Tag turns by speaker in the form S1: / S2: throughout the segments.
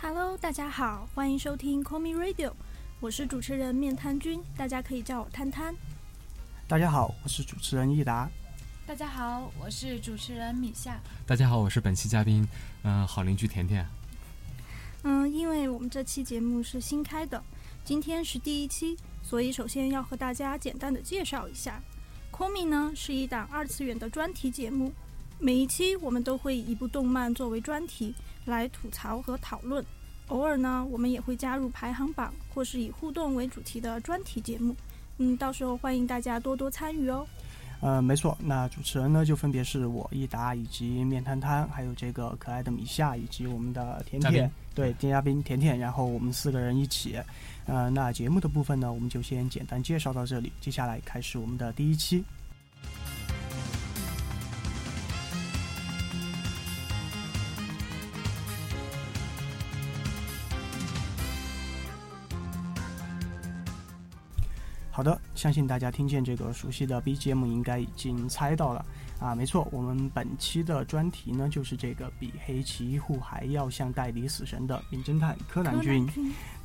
S1: Hello，大家好，欢迎收听 Call Me Radio，我是主持人面瘫君，大家可以叫我摊摊。
S2: 大家好，我是主持人益达。
S3: 大家好，我是主持人米夏。
S4: 大家好，我是本期嘉宾，嗯、好邻居甜甜。
S1: 嗯，因为我们这期节目是新开的，今天是第一期，所以首先要和大家简单的介绍一下。Call Me 呢是一档二次元的专题节目，每一期我们都会以一部动漫作为专题来吐槽和讨论，偶尔呢我们也会加入排行榜或是以互动为主题的专题节目。嗯，到时候欢迎大家多多参与哦。
S2: 呃，没错，那主持人呢就分别是我益达，以及面摊摊，还有这个可爱的米夏，以及我们的甜
S4: 嘉
S2: 甜
S4: 宾，
S2: 对，嘉宾甜甜，然后我们四个人一起。呃，那节目的部分呢，我们就先简单介绍到这里，接下来开始我们的第一期。好的，相信大家听见这个熟悉的 BGM 应该已经猜到了啊，没错，我们本期的专题呢就是这个比黑崎一护还要像代理死神的名侦探柯南君。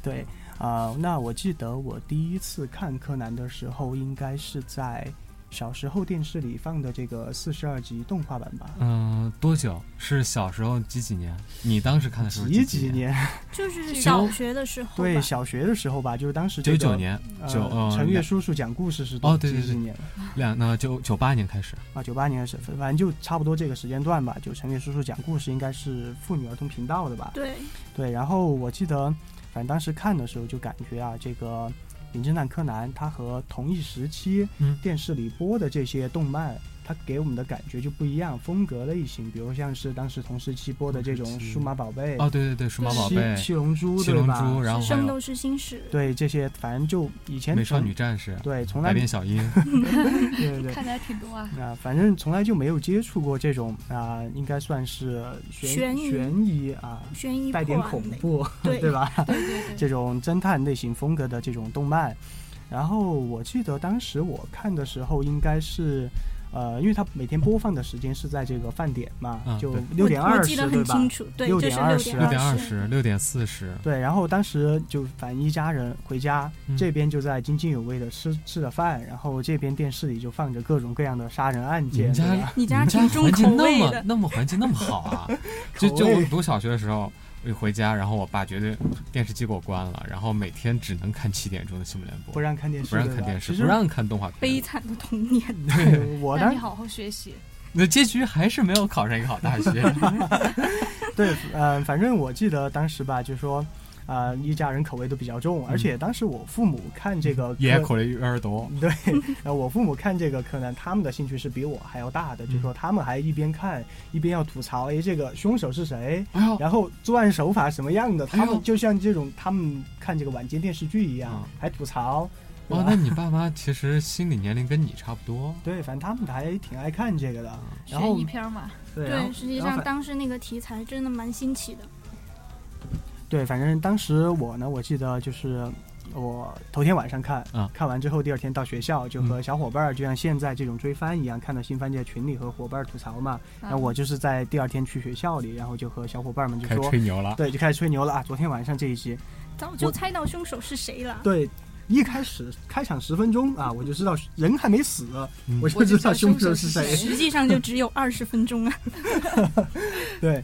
S2: 对，啊、那我记得我第一次看柯南的时候，应该是在小时候电视里放的这个四十二集动画版吧。
S4: 嗯、
S2: 呃
S4: 多久？是小时候几几年？你当时看的时候
S2: 几
S4: 几
S2: 几？年？
S1: 就是
S3: 九
S1: 小学的时候吧。
S2: 对，小学的时候吧，就是当时这
S4: 九
S2: 个
S4: 九年，九
S2: 呃，
S4: 呃
S2: 陈月叔叔讲故事是
S4: 哦
S2: 几
S4: 对对
S2: 几
S4: 对
S2: 年
S4: 两那九九八年开始。
S2: 啊？九八年是，反正就差不多这个时间段吧。就陈月叔叔讲故事应该是妇女儿童频道的吧？
S1: 对，
S2: 对，然后我记得，反正当时看的时候就感觉啊，这个《名侦探柯南》它和同一时期
S4: 嗯
S2: 电视里播的这些动漫，它给我们的感觉就不一样，风格类型，比如像是当时同时期播的这种
S4: 同时
S2: 《
S4: 期
S2: 数码宝贝》
S4: 哦，对对对，数码宝贝、
S2: 七七龙珠》
S4: 七
S2: 对
S4: 龙
S2: 吧？
S4: 珠，然后还
S1: 圣
S4: 有
S1: 斗士星矢。
S2: 对这些，反正就以前
S4: 美少
S2: 从
S4: 女战士、
S2: 对从来
S4: 百 变小樱。
S2: 对对对。
S3: 看的还挺多 啊。
S2: 啊、反正从来就没有接触过这种啊、应该算是悬
S1: 悬疑
S2: 悬疑啊、
S1: 悬疑啊
S2: 带点
S1: 破案
S2: 恐
S1: 类
S2: 怖，
S1: 对
S2: 对吧？
S3: 对对对，
S2: 这种侦探类型风格的这种动漫。然后我记得当时我看的时候，应该是，呃，因为它每天播放的时间是在这个饭点嘛，
S4: 嗯
S2: 就
S4: 对
S2: 六点
S1: 我我
S2: 二
S1: 记
S2: 十
S1: 得
S2: 对
S1: 很
S2: 吧
S1: 清？楚，对，
S2: 6
S1: 就是
S2: 点
S1: 六
S2: 20
S4: 六点
S1: 点
S4: 二
S1: 二
S4: 十，。六点四十，
S2: 对，然后当时就反正一家人回家，
S4: 嗯
S2: 这边就在津津有味的吃吃了饭，然后这边电视里就放着各种各样的杀人案
S4: 你
S2: 件，
S4: 们家
S2: 对吧
S1: 你家
S4: 们
S1: 挺重
S4: 环
S1: 口
S4: 境那
S1: 味
S4: 么
S1: 的，
S4: 那么环境那么好 啊！就
S2: 口
S4: 就我
S2: 味
S4: 读小学的时候，我一回家，然后我爸绝对电视机给我关了，然后每天只能看七点钟的新闻联播，
S2: 不让看电视，
S4: 不让
S2: 对
S4: 看
S2: 吧
S4: 电视，
S2: 其
S4: 不
S2: 实
S4: 让看动画
S1: 悲
S4: 片。
S1: 惨的童年。
S2: 对我
S3: 那
S2: 当
S3: 你好好学习。
S4: 那结局还是没有考上一个好 大学。
S2: 对，嗯、反正我记得当时吧，就说，啊、一家人口味都比较重，而且当时我父母看这个
S4: 也
S2: 柯
S4: 嗯口味有点多。
S2: 对，呃，我父母看这个柯南，他们的兴趣是比我还要大的，
S4: 嗯
S2: 就说他们还一边看一边要吐槽，哎，这个凶手是谁，
S4: 哎呦，
S2: 然后作案手法什么样的，他
S4: 哎呦
S2: 们就像这种他们看这个晚间电视剧一样
S4: 嗯，
S2: 还吐槽。对
S4: 哦
S2: 吧，
S4: 那你爸妈其实心理年龄跟你差不多。
S2: 对，反正他们还挺爱看这个的。然
S3: 悬
S2: 后
S3: 疑片儿嘛，
S2: 对啊然后
S1: 对，实际
S2: 然后
S1: 上
S2: 反
S1: 当时那个题材真的蛮新奇的。
S2: 对，反正当时我呢，我记得就是我头天晚上看，
S4: 嗯
S2: 看完之后第二天到学校就和小伙伴儿，就像现在这种追番一样，看到新番就在群里和伙伴儿吐槽嘛。
S3: 啊
S2: 然后我就是在第二天去学校里，然后就和小伙伴们就
S4: 开始
S2: 说，
S4: 吹牛了，
S2: 对，就开始吹牛了啊！昨天晚上这一集，
S1: 早就
S2: 我
S1: 猜到凶手是谁了。
S2: 对，一开始开场十分钟啊，我就知道人还没死，
S4: 嗯
S2: 我就知道凶手
S3: 手
S2: 是
S3: 是
S2: 谁。
S1: 实际上就只有二十分钟啊。
S2: 对，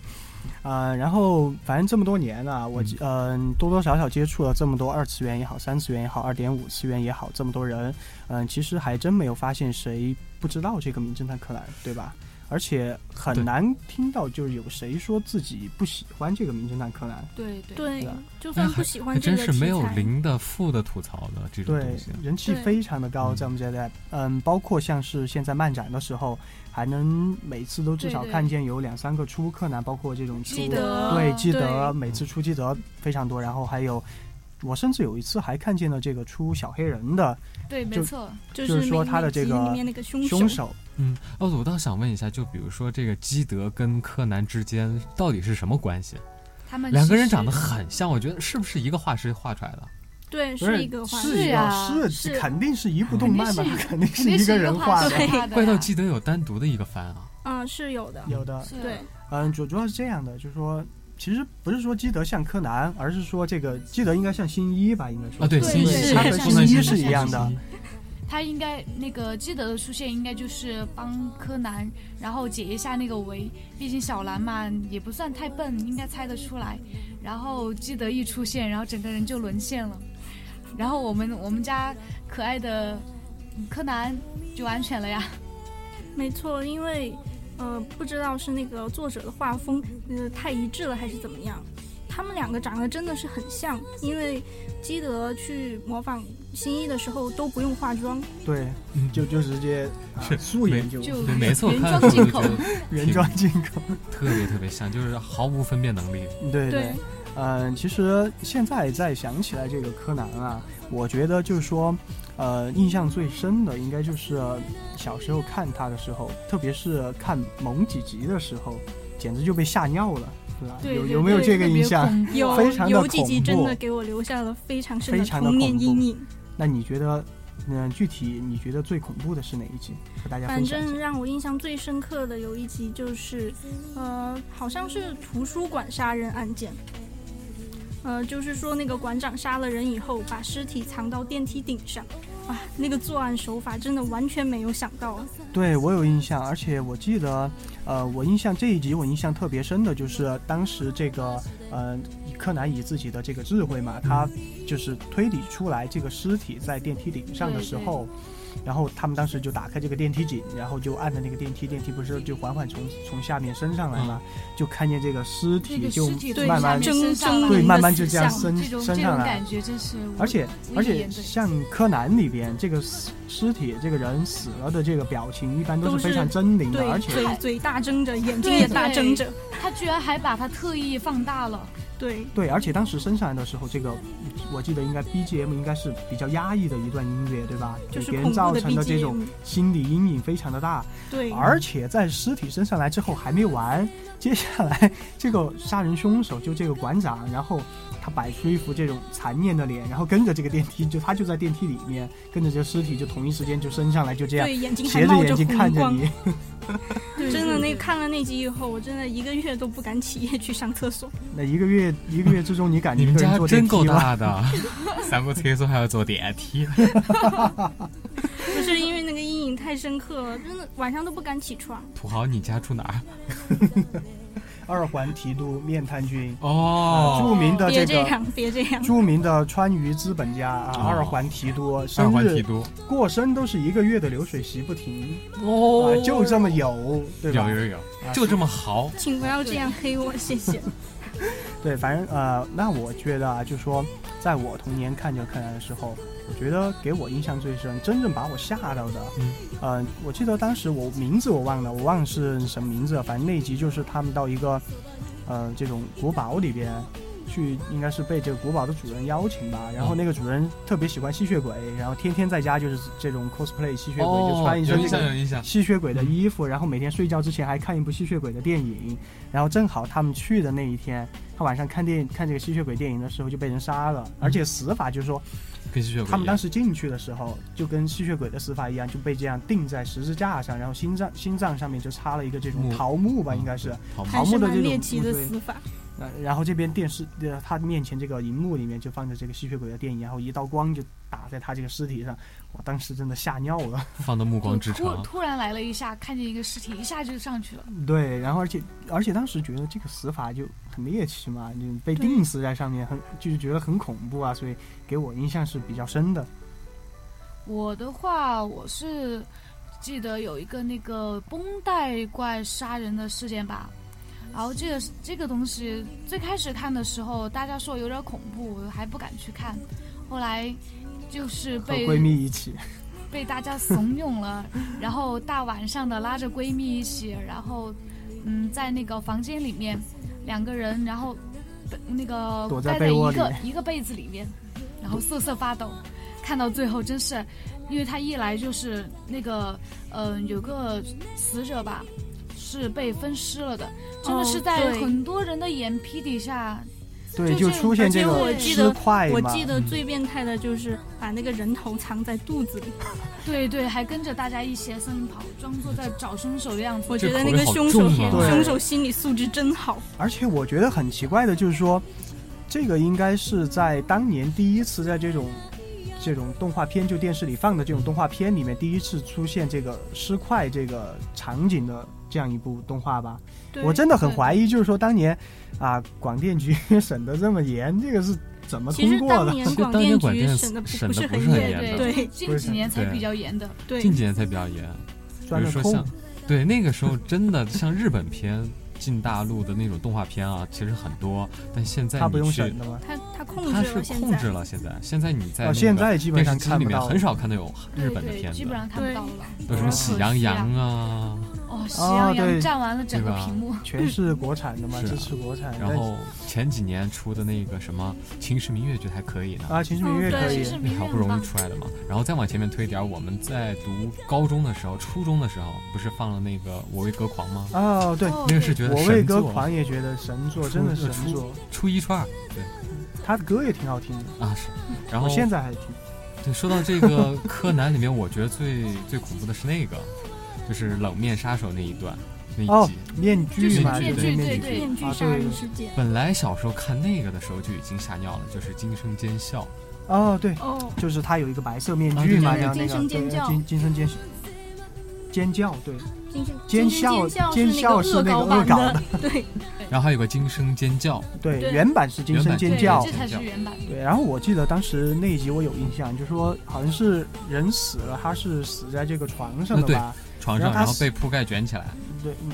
S2: 呃，然后反正这么多年啊，我嗯、呃多多少少接触了这么多二次元也好，三次元也好，二点五次元也好，这么多人，嗯、其实还真没有发现谁不知道这个《名侦探柯南》，对吧？而且很
S4: 对
S2: 难听到就是有谁说自己不喜欢这个《名侦探柯南》。
S3: 对对，
S1: 对
S2: 对啊，
S1: 就
S4: 哎
S1: 算不
S4: 还
S1: 喜
S4: 还
S1: 欢这
S4: 真
S1: 个题
S4: 是
S1: 材，
S4: 没有零的负的吐槽的这种
S2: 对
S4: 东西。，
S2: 人气
S1: 对
S2: 非常的高，
S4: 嗯
S2: 在我们这代，嗯，包括像是现在漫展的时候，还能每次都至少
S3: 对对
S2: 看见有两三个出柯南，包括这种出
S1: 记得
S3: 啊
S2: 对，基德
S1: 对
S2: 每次出基德非常多，然后还有，我甚至有一次还看见了这个出小黑人的
S3: 对，没
S2: 就
S3: 错，
S1: 就
S2: 就是说
S1: 每
S2: 他的
S1: 每
S2: 这
S1: 集
S2: 个
S1: 里面那个凶
S2: 凶手。
S4: 嗯，哦，我倒想问一下，就比如说这个基德跟柯南之间到底是什么关系？
S3: 他们
S4: 两个人
S3: 其实
S4: 长得很像，我觉得是不是一个画师画出来的？
S1: 对，
S2: 不
S1: 是一个话
S2: 是
S3: 是
S2: 一
S3: 啊
S2: 个
S1: 是
S2: 肯定是一部动漫吧，肯定
S3: 肯定
S2: 一
S3: 是
S2: 个
S3: 一
S2: 人
S3: 画
S2: 画
S3: 师
S2: 的。
S1: 对
S3: 画的
S4: 怪
S3: 呀
S4: 到基德有单独的一个番啊。
S1: 啊，是有的。
S2: 有的，
S3: 是
S1: 对，
S2: 嗯，主主要是这样的，就是说，其实不是说基德像柯南，而是说这个基德应该像新一吧，应该说
S4: 啊，对，
S3: 对
S4: 新一
S3: 对对
S4: 是
S2: 他
S3: 对
S2: 和
S3: 像
S2: 新
S3: 新
S2: 一
S3: 一
S2: 是一
S3: 像
S2: 样的
S4: 新一，嗯
S3: 他应该那个基德的出现，应该就是帮柯南，然后解一下那个围。毕竟小兰嘛，也不算太笨，应该猜得出来。然后基德一出现，然后整个人就沦陷了。然后我们我们家可爱的柯南就安全了呀。
S1: 没错，因为呃，不知道是那个作者的画风呃太一致了，还是怎么样。他们两个长得真的是很像，因为基德去模仿新一的时候都不用化妆，
S2: 对，
S4: 嗯
S2: 就就直接啊
S4: 是
S2: 素颜就
S3: 就
S4: 对，每次我
S3: 原
S4: 看的
S3: 装
S4: 时候
S3: 进
S4: 就觉
S3: 口
S4: 得
S2: 原装进口，
S4: 特别特别像，就是毫无分辨能力。
S2: 对
S1: 对，
S2: 呃，其实现在再想起来这个柯南啊，我觉得就是说，呃，印象最深的应该就是小时候看他的时候，特别是看某几集的时候，简直就被吓尿了，对吧？
S1: 对
S2: 有
S1: 对
S2: 有没有
S1: 对
S2: 这个印象？
S1: 有
S2: 非常地
S1: 有几集
S2: 恐怖
S1: 真的给我留下了非常深
S2: 非
S1: 的
S2: 常地
S1: 童年
S2: 恐怖
S1: 阴影。
S2: 那你觉得，嗯、具体你觉得最恐怖的是哪一集？和大家
S1: 反
S2: 分享一
S1: 正
S2: 下。
S1: 让我印象最深刻的有一集就是，呃，好像是图书馆杀人案件。呃，就是说那个馆长杀了人以后，把尸体藏到电梯顶上，哇，那个作案手法真的完全没有想到啊！
S2: 对我有印象，而且我记得，呃，我印象这一集我印象特别深的就是当时这个，呃，柯南以自己的这个智慧嘛，他就是推理出来这个尸体在电梯顶上的时候，然后他们当时就打开这个电梯井，然后就按着那个电梯，电梯不是就缓缓从从下面升上来嘛，就看见这个尸
S3: 这
S2: 体
S3: 个
S2: 就
S3: 尸体
S1: 对
S2: 慢
S3: 从下
S2: 慢
S3: 面
S1: 蒸
S3: 升上来
S1: 蒸
S2: 对
S1: 笼
S2: 慢
S1: 的
S2: 慢
S1: 死
S2: 就这样
S1: 相
S2: 升
S3: 这种
S2: 升
S3: 这
S2: 上
S3: 种
S2: 来
S3: 感。觉真是无，
S2: 而且
S3: 无以
S2: 而且
S3: 言对
S2: 像柯南里边这个尸尸体这个人死了的这个表情，一般都
S1: 都
S2: 是非
S1: 是
S2: 常狰狞的，而
S1: 对，
S2: 且
S1: 嘴嘴大睁着，眼睛
S3: 对
S1: 也大
S3: 对
S1: 睁着，
S3: 他居然还把它特意放大了，
S1: 对，
S2: 对，而且当时升上来的时候，这个我记得应该 BGM 应该是比较压抑的一段音乐，对吧？
S1: 就
S2: 给
S1: 是
S2: 别
S1: 恐
S2: 人
S1: 怖
S2: 造
S1: 的
S2: 成的这种
S1: BGM，
S2: 心理阴影非常的大。
S1: 对，
S2: 而且在尸体升上来之后还没完，接下来这个杀人凶手就这个馆长，然后他摆出一副这种残念的脸，然后跟着这个电梯，就他就在电梯里面跟着这尸体，就同一时间就升上来，就这样
S1: 对，眼睛还
S2: 斜着
S1: 冒
S2: 眼睛
S1: 红
S2: 看着
S1: 光。
S2: 你。
S3: 对
S1: 真的，
S3: 对
S1: 那
S3: 对
S1: 看了那集以后，我真的一个月都不敢起夜去上厕所。
S2: 那一个 月一个月之中，你敢
S4: 你
S2: 一
S4: 们
S2: 个
S4: 家
S2: 人坐电
S4: 真够
S2: 梯吗？
S4: 大的， 三个厕所还要坐电梯。
S1: 不是因为那个阴影太深刻了，真的晚上都不敢起床。
S4: 土豪，你家住哪儿？
S2: 二环提督面瘫君，著
S4: 哦，
S2: 名的
S1: 别
S2: 这
S1: 这
S2: 个
S1: 样，别这样。
S2: 著名的川渝资本家啊，
S4: 哦
S2: 二环提督，
S4: 二
S2: 生
S4: 环提
S2: 日
S4: 督。
S2: 过生都是一个月的流水席不停啊
S4: 哦，
S2: 就这么有，对
S4: 有
S2: 吧？
S4: 有有
S2: 啊，
S4: 就这么豪。
S1: 请不要这样黑我，谢谢。
S2: 对，反正呃，那我觉得啊，就说在我童年看这个柯南的时候，我觉得给我印象最深，真正把我吓到的，
S4: 嗯，
S2: 呃，我记得当时我名字我忘了，我忘了是什么名字了，反正那一集就是他们到一个，呃，这种古堡里边。去应该是被这个古堡的主人邀请吧，然后
S4: 嗯
S2: 那个主人特别喜欢吸血鬼，然后天天在家就是这种 cosplay 吸血鬼，就
S4: 哦，
S2: 穿一
S4: 有
S2: 身
S4: 印
S2: 这
S4: 象
S2: 个
S4: 有印象。
S2: 吸血鬼的衣服，然后每天睡觉之前还看一部吸血鬼的电影，然后正好他们去的那一天，他晚上看电看这个吸血鬼电影的时候就被人杀了，而且死法就是说
S4: 跟吸血嗯鬼一样。
S2: 他们当时进去的时候就跟吸血鬼的死法一样，就被这样钉在十字架上，然后心脏心脏上面就插了一个这种
S4: 木
S2: 桃木吧，
S4: 嗯
S2: 应该是，
S4: 好嘛
S2: 好
S1: 还是蛮猎奇的
S2: 盲目的这
S1: 死
S2: 种
S1: 法，
S2: 呃然后这边电视呃他面前这个荧幕里面就放着这个吸血鬼的电影，然后一道光就打在他这个尸体上，我当时真的吓尿了。
S4: 放的《暮光之
S3: 就
S4: 城
S3: 突》突然来了一下，看见一个尸体，一下就上去了。
S2: 对，然后而且而且当时觉得这个死法就很猎奇嘛，就被
S1: 对
S2: 钉死在上面很，就是觉得很恐怖啊，所以给我印象是比较深的。
S3: 我的话，我是记得有一个那个绷带怪杀人的事件吧。然后这个这个东西最开始看的时候，大家说有点恐怖，我还不敢去看。后来就是
S2: 和
S3: 被
S2: 闺蜜一起，
S3: 被大家怂 恿了，然后大晚上的拉着闺蜜一起，然后嗯，在那个房间里面两个人，然后被那个
S2: 躲在
S3: 待
S2: 被
S3: 在
S2: 窝
S3: 一
S2: 里
S3: 个一个被子里面，然后瑟瑟发抖，看到最后真是，因为他一来就是那个嗯、呃有个死者吧。是被分尸了的，真的
S1: 哦
S3: 是在
S1: 对
S3: 很多人的眼皮底下，
S2: 对，
S3: 就
S2: 就
S3: 这
S2: 出现
S1: 而
S2: 这
S1: 且我
S2: 个
S1: 记
S2: 尸
S1: 得
S2: 块
S1: 我
S2: 嘛，
S1: 记得最变态的就是把那个人头藏在肚子里，
S2: 嗯
S3: 对对，还跟着大家一起在森林跑，装作在找凶手的样子。
S1: 我
S4: 这
S1: 觉得
S4: 口
S1: 那
S4: 味
S1: 个
S4: 好
S1: 凶手
S4: 重啊
S2: 对
S1: 凶手心理素质真好。
S2: 而且我觉得很奇怪的就是说，这个应该是在当年第一次在这种这种动画片就电视里放的这种动画片里面第一次出现这个尸块这个场景的这样一部动画吧。
S1: 对
S2: 我真的很
S3: 对
S2: 怀疑，就是说当年啊广电局 审的这么严，这个是怎么
S1: 其
S2: 通
S1: 实
S2: 过
S1: 当
S2: 的？
S1: 年
S4: 其实
S1: 广
S4: 当
S1: 电
S4: 年广
S1: 局
S4: 电
S1: 审的
S4: 审
S1: 不
S4: 得
S1: 是
S4: 不
S1: 很
S4: 是很
S1: 严，
S4: 严
S3: 对
S4: 的
S1: 对
S3: 近几年才比较严的。
S1: 对
S4: 近几年才比较严。比
S2: 钻
S4: 如
S2: 了
S4: 说
S2: 空
S4: 像，对那个时候真的像日本片进大陆的那种动画片啊，其实很多，但现在
S2: 他不
S4: 你
S2: 用
S4: 去
S2: 审的吗？
S1: 他他控
S4: 它
S1: 制
S4: 是
S1: 了现
S4: 控制
S1: 在。
S4: 了现在，现在你在
S2: 哦，
S4: 那
S2: 现
S4: 个
S2: 在基本
S4: 电视
S2: 上
S4: 机
S2: 看
S4: 里
S2: 不
S4: 面
S2: 到
S4: 很少看到有
S3: 对
S4: 日本的
S3: 对，
S4: 片子
S3: 基，本上看不到了。
S4: 有什么《喜羊羊》啊，
S3: 哦，喜羊
S2: 对
S3: 羊占完了整个
S4: 对吧
S3: 屏幕。
S2: 全是国产的嘛，
S4: 是啊
S2: 支持国产。
S4: 然后前几年出的那个什么《秦时明月》觉得还可以呢
S2: 但，啊，《秦时明
S1: 哦
S2: 月》
S1: 对
S2: 可以
S3: 其，实
S4: 那
S3: 明月
S4: 好不
S3: 很
S4: 容
S3: 棒
S4: 易。出来的嘛。然后再往前面推点儿，我们在读高中的时候、初中的时候，不是放了那个《我为歌狂》吗？
S2: 哦，对，
S3: 哦
S4: 那个是觉得
S2: 我为
S4: 神
S2: 歌
S4: 作，
S2: 狂也觉得神作，
S4: 出
S2: 真的
S4: 就
S2: 神
S4: 出
S2: 作。
S4: 初一初二，对
S2: 他的歌也挺好听的，
S4: 啊是。然后
S2: 我现在还听。
S4: 对，说到这个柯南里面，我觉得最最恐怖的是那个，就是冷面杀手那一段那一
S2: 哦
S4: 集。，
S2: 面具嘛，
S4: 就是面具
S2: 对
S3: 对
S2: 面具
S3: 对
S1: 面具
S2: 啊
S1: 杀
S2: 对
S1: 人
S2: 对
S1: 事件。
S4: 本来小时候看那个的时候就已经吓尿了，就是惊声尖笑。
S2: 哦，对，
S1: 哦，
S2: 就是他有一个白色面
S4: 啊
S2: 具
S4: 对
S2: 嘛，
S4: 对
S2: 然后那
S1: 对
S2: 个
S1: 惊声尖叫
S2: 对惊惊声尖尖叫，对，
S1: 今天今
S2: 奸笑
S1: 天
S2: 奸
S1: 奸
S2: 笑
S1: 笑
S2: 是
S1: 是
S2: 那
S1: 那
S2: 个
S1: 个
S2: 恶
S1: 版
S2: 搞的，
S1: 对，
S4: 然后还有个惊声尖叫，
S2: 对，
S1: 对
S2: 原版是惊
S4: 原
S2: 声
S4: 版
S2: 尖
S4: 尖
S2: 叫
S3: 对，这，才是原版。
S2: 对，然后我记得当时那一集我有印象，就说好像是人死了，他是死在这个床上
S4: 啊
S2: 的
S4: 对
S2: 吧？
S4: 床
S2: 然
S4: 上
S2: 后他
S4: 然后
S2: 是
S4: 被铺盖卷起来，
S2: 对，嗯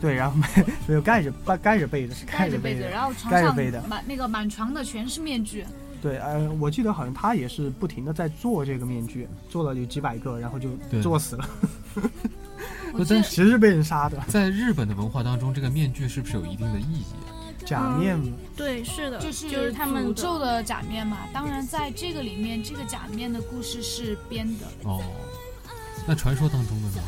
S2: 对，然后没没有盖着盖盖着被子，是
S3: 盖着
S2: 被
S3: 被子，
S2: 的。
S3: 然后床
S2: 盖着
S3: 上
S2: 被子
S3: 满那个满床的全是面具，
S2: 对，呃，我记得好像他也是不停的在做这个面具，做了有几百个，然后就
S4: 对
S2: 做死了，
S3: 我记
S4: 呃但
S3: 得
S2: 其实是被人杀的，
S4: 在日本的文化当中，这个面具是不是有一定的意义？啊
S2: 假
S1: 嗯
S2: 面嘛。
S1: 对，是的，
S3: 就是
S1: 他们
S3: 诅
S1: 的
S3: 咒的假面嘛。当然，在这个里面，这个假面的故事是编的。
S4: 哦，那传说当中的呢？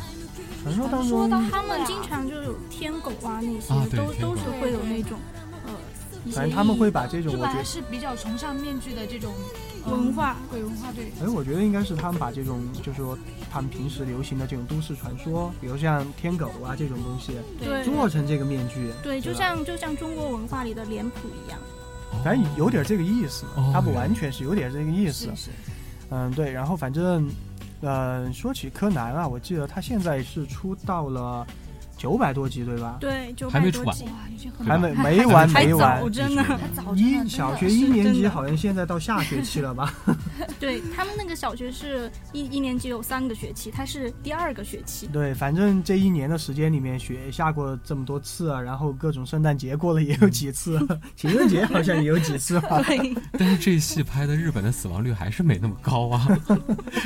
S2: 传说当
S3: 传说
S2: 中，
S3: 当
S1: 他们经常就有天狗嗯啊那些，
S4: 啊对
S1: 都
S4: 天狗
S1: 都是会有那种呃一些
S2: 反正他们会把
S1: 意
S2: 这种，
S3: 日
S2: 我
S3: 本
S2: 觉
S3: 还
S2: 得，
S3: 是比较崇尚面具的这种
S1: 义
S3: 嗯
S1: 文化。
S3: 鬼文化，对。
S2: 哎，我觉得应该是他们把这种，就是说他们平时流行的这种都市传说，比如像天狗啊这种东西，
S1: 对
S2: 做成这个面具，
S1: 对，就
S2: 吧
S1: 像就像中国文化里的脸谱一样，
S4: 哦
S2: 反正有点这个意思
S4: 哦，
S2: 它不完全是有点这个意思
S3: 是。是，
S2: 嗯，对，然后反正，嗯，说起柯南啊，我记得他现在是出到了九百多集，对吧？
S1: 对，九
S4: 还
S1: 百
S4: 没
S1: 多
S4: 出完
S1: 集，
S3: 哇，已经很
S2: 还
S3: 晚
S2: 没
S3: 了
S2: 没完
S1: 还
S2: 没完
S1: 早，着呢。
S3: 还早着呢
S2: 一
S3: 真
S2: 小
S3: 的
S2: 学一年
S1: 真
S2: 级
S1: 的
S2: 好像现在到下学期了 吧？
S1: 对他们那个小学是一一年级有三个学期，它是第二个学 期。
S2: 对，反正这一年的时间里面，雪下过这么多次啊，然后各种圣诞节过了也有几 次，情人节好像也有几次 吧。
S1: 对，
S4: 但是这一戏拍的日本的死亡率还是没那么高啊。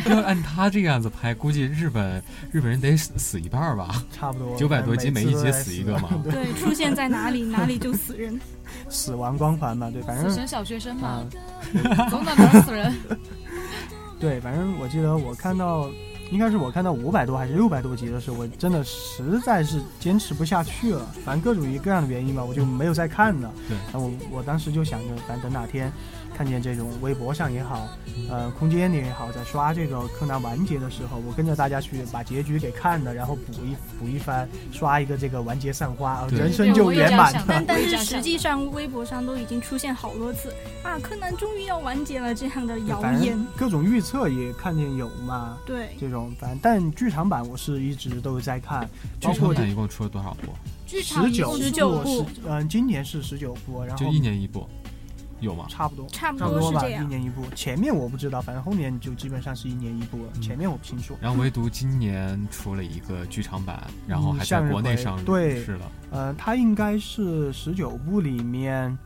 S4: 要按他这样子拍，估计日本日本人得死死一半儿吧？
S2: 差不多
S4: 900多集
S2: 每次
S4: 每一
S2: 都在
S4: 集死一个嘛
S2: 对，
S1: 对，出现在哪里 哪里就死人。
S2: 死亡光环嘛，对，反
S3: 死
S2: 正
S3: 神小学生
S2: 啊
S3: 嘛，，总得能死 人。
S2: 对，反正我记得我看到，应该是我看到五百多还是六百多集的时候，我真的实在是坚持不下去了，反正各种各样的原因吧，我就没有再看了。
S4: 对
S2: 然后我我当时就想着，反正等哪天看见这种微博上也好，
S4: 嗯
S2: 呃，空间里也好，在刷这个柯南完结的时候，我跟着大家去把结局给看了，然后补一补一番，刷一个这个完结散花，呃
S4: 对
S2: 人
S3: 对
S2: 生就
S3: 我也这
S2: 圆
S3: 样
S2: 满
S3: 想
S2: 了
S3: 的。
S1: 但但
S3: 我也这
S1: 是
S3: 样想
S1: 实际上，微博上都已经出现好多次啊，柯南终于要完结了这样的
S2: 对
S1: 谣
S2: 反
S1: 言
S2: 正。各种预测也看见有嘛，
S1: 对，
S2: 这种反正但剧场版我是一直都有在看，
S4: 剧
S2: 包
S4: 场
S2: 括
S4: 版一共出了多少部？
S3: 剧场
S2: 十
S3: 一
S2: 九
S3: 共
S1: 19
S3: 出
S1: 19部
S2: 嗯、今年是十九部，然后
S4: 就一年一部，有吗？
S2: 差不多。
S1: 差不
S2: 差不
S1: 多
S2: 多
S1: 是
S2: 吧，
S1: 这
S2: 一
S1: 样。
S2: 年一部。前面我不知道，反正后面就基本上是一年一部了。
S4: 嗯
S2: 前面我不清楚。
S4: 然后唯独今年出了一个剧场版，然后还在
S2: 向日
S4: 国内
S2: 葵
S4: 上
S2: 对
S4: 市了。
S2: 呃，它应该是十九部里面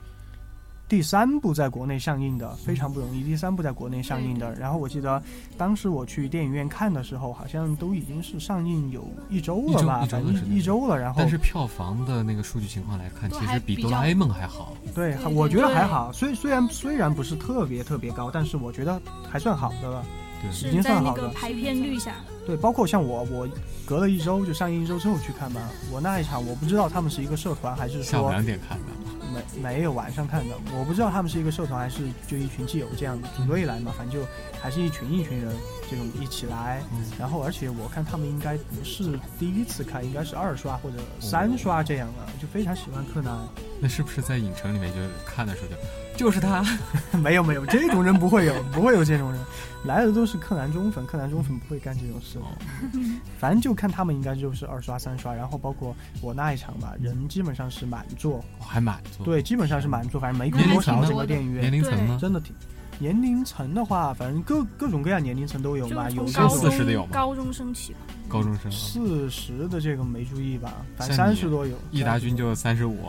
S2: 第三部在国内上映的，非常不容易。第三部在国内上映
S1: 嗯
S2: 的。然后我记得当时我去电影院看的时候，好像都已经是上映有一周
S4: 一
S2: 了
S4: 周
S2: 吧，
S4: 一周
S2: 反
S4: 的时
S2: 正
S4: 间
S2: 一周了。然后
S4: 但是票房的那个数据情况来看，
S3: 都
S4: 其
S3: 还
S4: 实比
S3: 比
S4: 哆
S3: 较
S4: 啦 A 梦还好。
S2: 对，还
S3: 对
S2: 我觉得
S1: 对
S2: 还好。虽虽然虽然不是特别特别高，但是我觉得还算好的了。
S4: 对，
S2: 已
S1: 是
S2: 经
S1: 在
S2: 算
S1: 那
S2: 好
S1: 个
S2: 了
S1: 排片率下，
S2: 对，包括像我，我隔了一周就上映一周之后去看吧。我那一场我不知道他们是一个社团还是
S4: 下午
S2: 说
S4: 两点看的。
S2: 没没有晚上看的，我不知道他们是一个社团还是就一群基友这样组队来嘛，反正就还是一群一群人这种一起来。
S4: 嗯
S2: 然后而且我看他们应该不是第一次看，应该是二刷或者三刷这样了，就非常喜欢柯南。
S4: 那是不是在影城里面就看的时候就就是他？
S2: 没有没有，这种人不会有， 不会有这种人，来的都是柯南忠粉，柯南忠粉不会干这种事的。反正就看他们应该就是二刷三刷，然后包括我那一场吧，人基本上是满座，
S4: 我还满足。，
S2: 对，基本上是满座，反正没空
S4: 年龄
S2: 多
S4: 层
S2: 少
S4: 呢
S2: 整个电影
S4: 嗯年
S2: 院，
S4: 龄层呢？
S2: 真的挺。年龄层的话，反正各各种各样年龄层都有
S1: 就
S2: 嘛，
S1: 是
S2: 有
S1: 从
S2: 那
S1: 高
S2: 种
S4: 四十的有
S1: 中
S4: 吗
S1: 高中生起吧。
S4: 高中生啊，
S2: 四十的这个没注意吧，反正
S4: 像
S2: 三
S4: 你
S2: 十多有。
S4: 易达君就三十五，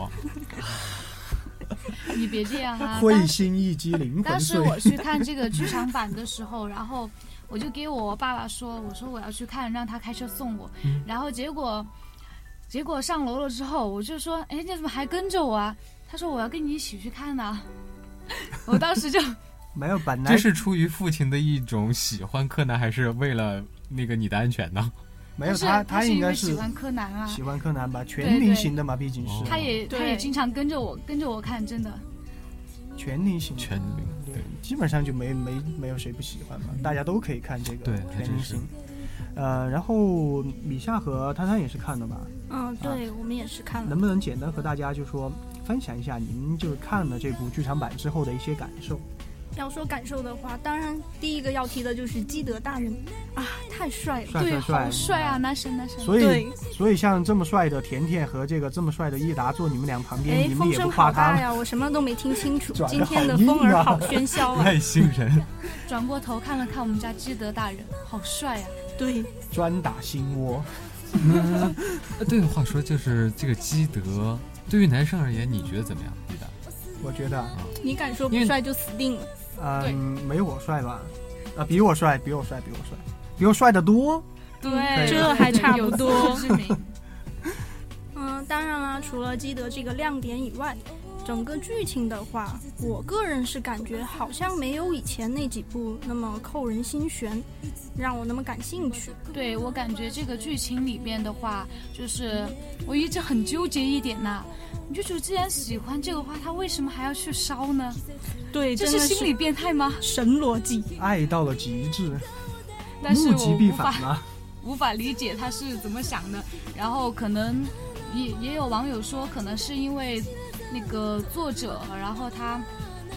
S3: 你别这样 啊！
S2: 会
S3: 当
S2: 心一击，灵
S3: 当
S2: 魂
S3: 时
S2: 碎。
S3: 我 去看这个剧场版的时候，然后我就给我爸爸说，我说我要去看，让他开车送我。
S4: 嗯
S3: 然后结果，结果上楼了之后，我就说，哎，你怎么还跟着我啊？他说我要跟你一起去看呢、 我当时就
S2: 没有，本来
S4: 这是出于父亲的一种喜欢柯南，还是为了那个你的安全呢？
S2: 嗯没有
S3: 不是
S2: 他，
S3: 他
S2: 应
S3: 因
S2: 该
S3: 为
S2: 是
S3: 喜欢柯南啊，
S2: 喜欢柯南吧，全
S3: 对
S2: 龄
S3: 对
S2: 型的嘛，毕竟是
S4: 哦
S3: 他也他
S1: 对
S3: 也经常跟着我跟着我看，真的。
S2: 全龄型的，
S4: 全龄
S2: 对，基本上就没没没有谁不喜欢嘛，大家都可以看这个
S4: 嗯对还
S2: 全
S4: 真
S2: 龄
S4: 是
S2: 型。呃，然后米夏和汤汤也是看的吧？
S1: 嗯，对，我们也是看了
S2: 啊能。不能简单和大家就说分享一下您就是看了这部剧场版之后的一些感受？
S1: 要说感受的话，当然第一个要提的就是基德大人啊，太帅了。
S2: 帅
S3: 对，
S2: 帅帅！
S3: 好帅啊，男神男神。
S2: 所以，所以像这么帅的甜甜和这个这么帅的益达坐你们俩旁边，
S1: 哎
S2: 你，们
S1: 风
S2: 也不
S1: 声
S2: 夸
S1: 好
S2: 他
S1: 大
S2: 吗？
S1: 呀！我什么都没听清楚。
S2: 转得
S1: 今天的
S2: 好硬
S1: 风儿
S2: 啊
S1: 好喧嚣 啊！
S4: 外星人，
S3: 转过头看了看我们家基德大人，好帅啊！
S1: 对，
S2: 专打心窝。
S4: 对，话说就是这个基德，对于男生而言，你觉得怎么样？易达，
S2: 我觉得，
S1: 你敢说
S4: 因
S1: 不
S4: 为
S1: 帅就死定了。
S2: 嗯
S3: 对，
S2: 没我帅吧？啊，比我帅，比我帅，比我帅，比我帅的多。
S3: 对
S1: 这还差不多
S3: 有自知之明。
S1: 嗯，当然啦，除了基德这个亮点以外，整个剧情的话，我个人是感觉好像没有以前那几部那么扣人心弦，让我那么感兴趣。
S3: 对我感觉这个剧情里面的话，就是我一直很纠结一点呐、女主既然喜欢这个花，她为什么还要去烧呢？
S1: 对，
S3: 这
S1: 真的是
S3: 心理变态吗？
S1: 神逻辑。
S2: 爱到了极致，
S3: 但是
S2: 物
S3: 我
S2: 极必
S3: 无
S2: 反啊
S3: 法
S2: 嘛。
S3: 无法理解她是怎么想的。然后可能也也有网友说，可能是因为那个作者，然后他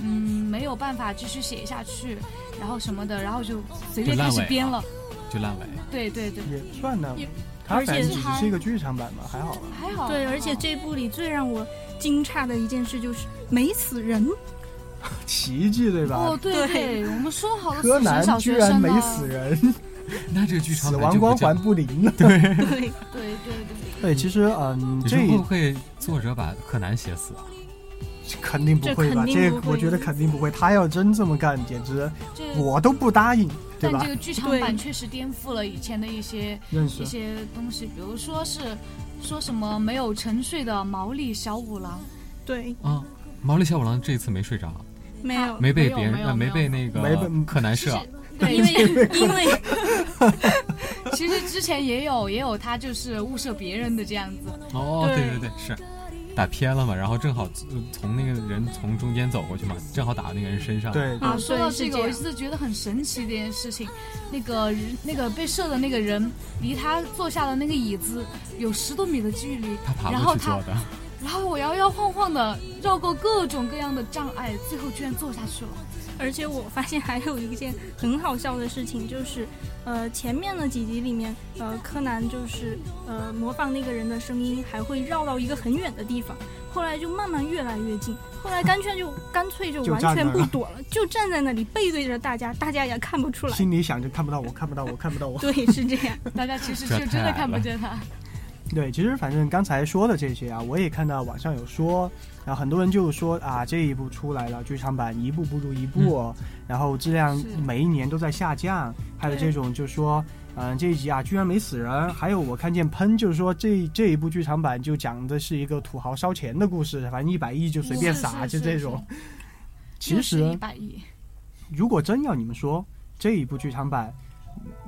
S3: 嗯没有办法继续写下去，然后什么的，然后就随便
S4: 就烂
S3: 开始
S4: 尾
S3: 编
S4: 了
S3: 了。
S4: 就烂尾。
S3: 对对对，
S2: 也算呢
S1: 也。
S2: 它
S1: 而
S2: 反
S1: 且
S2: 正
S1: 是
S2: 只
S3: 还
S2: 是一个剧场版嘛，还好吧。
S3: 还好。
S1: 对，而且这部里最让我惊诧的一件事就是没死 人。
S2: 奇迹对吧
S3: 哦，？对
S1: 对
S3: 我们说好的
S2: 柯
S3: 死
S2: 南
S3: 神小
S2: 居
S3: 学
S2: 然
S3: 生
S2: 没
S1: 啊
S3: 呢
S2: 死人，
S4: 那这个剧场
S2: 死
S4: 版
S2: 亡
S4: 就不
S2: 光
S4: 叫
S2: 环不灵了。
S1: 对，
S3: 对对对，
S2: 对，其实嗯，
S4: 你
S2: 这
S4: 说会不会作者把柯南写死啊？
S2: 肯定不会
S1: 这
S2: 吧？
S1: 肯定
S2: 这
S1: 不会
S2: 我觉得肯定不会。他要真这么干，简直
S3: 这
S2: 我都不答应，对
S3: 但
S2: 吧
S3: 这？个剧场版确实颠覆了以前的一些
S2: 认
S3: 一
S2: 识
S3: 些东西，比如说是说什么没有沉睡的毛利小五郎，
S1: 对，
S4: 啊，毛利小五郎这一次没睡着，
S1: 没有，
S4: 没被
S3: 没有
S4: 别人
S3: 没有
S4: 呃
S3: 没有
S4: 被那
S2: 没被
S4: 个柯南射，
S3: 对，
S1: 因
S3: 因为
S1: 为因为
S3: 其实之前也有也有他就是误射别人的这样子，
S2: 嗯
S4: 哦，
S1: 对
S4: 对对对，是打偏了嘛，然后正好呃从那个人从中间走过去嘛，正好打到那个人身上。，
S2: 对
S1: 啊
S3: 啊，说到
S1: 对是
S3: 这个，
S1: 这
S3: 我
S1: 样
S3: 一直觉得很神奇的一件事情，那个人那个被射的那个人离他坐下的那个椅子有十多米的距离，
S4: 他爬
S3: 然
S4: 过
S3: 后
S4: 去
S3: 他
S4: 做的，
S3: 然后我摇摇晃晃的绕过各种各样的障碍，最后居然坐下去了。
S1: 而且我发现还有一件很好笑的事情，就是，呃，前面的几集里面，呃，柯南就是呃模仿那个人的声音，还会绕到一个很远的地方，后来就慢慢越来越近，后来干脆就干脆就
S2: 就
S1: 完
S2: 站那
S1: 全
S2: 儿
S1: 不
S2: 了
S1: 躲了，就站在那里背对着大家，大家也看不出来。
S2: 心里想着看不到我，看不到我，看不到我。
S1: 对，是这样。
S3: 大家其实
S4: 这
S3: 就真的
S4: 太
S3: 看不
S4: 了
S3: 见他。
S2: 对，其实反正刚才说的这些啊，我也看到网上有说，啊，很多人就说啊，这一部出来了，剧场版一步不如一步哦，然后质量
S3: 是
S2: 每一年都在下降，还有这种就说，嗯、这一集啊居然没死人，还有我看见喷就是说这这一部剧场版就讲的是一个土豪烧钱的故事，反正一百亿就随便
S3: 是
S2: 撒，
S3: 是
S2: 就是这
S3: 是
S2: 种。
S3: 又
S2: 其
S3: 是
S2: 实
S3: 一百亿，
S2: 如果真要你们说这一部剧场版，